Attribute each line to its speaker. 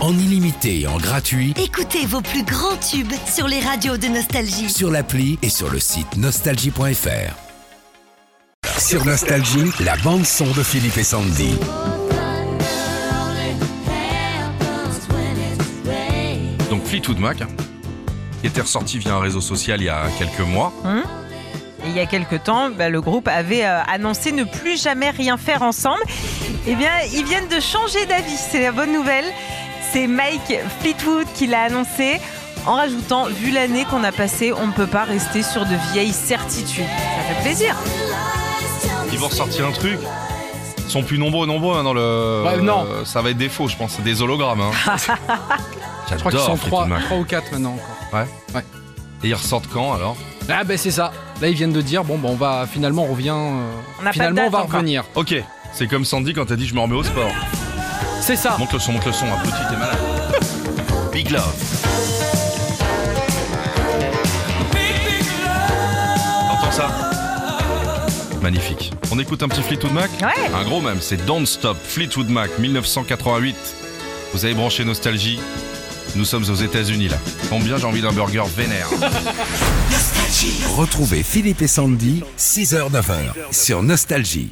Speaker 1: en illimité et en gratuit
Speaker 2: Écoutez vos plus grands tubes sur les radios de Nostalgie.
Speaker 1: sur l'appli et sur le site nostalgie.fr. Sur Nostalgie, la bande son de Philippe et Sandy.
Speaker 3: Donc Fleetwood Mac, hein, qui était ressorti via un réseau social il y a quelques mois.
Speaker 4: Et il y a quelque temps, bah, le groupe avait euh, annoncé ne plus jamais rien faire ensemble. Eh bien, ils viennent de changer d'avis. C'est la bonne nouvelle. C'est Mike Fleetwood qui l'a annoncé en rajoutant Vu l'année qu'on a passée, on ne peut pas rester sur de vieilles certitudes. Ça fait plaisir.
Speaker 3: Ils vont ressortir un truc. Ils sont plus nombreux, nombreux hein, dans le.
Speaker 5: Ouais, Bah, non.
Speaker 3: euh, ça va être des faux, je pense. C'est des hologrammes. Hein.
Speaker 5: Je crois qu'ils sont
Speaker 3: J'adore Fleetwood
Speaker 5: 3,
Speaker 3: Mac.
Speaker 5: ou 4 maintenant encore.
Speaker 3: Et ils ressortent quand alors
Speaker 5: Ah ben c'est ça. Là ils viennent de dire bon ben on va finalement on revient. euh,
Speaker 4: On n'a pas de
Speaker 5: finalement on
Speaker 4: date
Speaker 5: va
Speaker 4: encore.
Speaker 5: revenir.
Speaker 3: Ok. C'est comme Sandy quand t'as dit je me remets au sport.
Speaker 5: C'est ça.
Speaker 3: Monte le son, monte le son, un petit t'es malade. Big Love. T'entends ça Magnifique. On écoute un petit Fleetwood Mac
Speaker 4: Ouais.
Speaker 3: Un gros même, c'est Don't Stop Fleetwood Mac 1988. Vous avez branché Nostalgie. Nous sommes aux États-Unis là. Combien j'ai envie d'un burger vénère.
Speaker 1: Retrouvez Philippe et Sandy, 6h-9h, sur Nostalgie.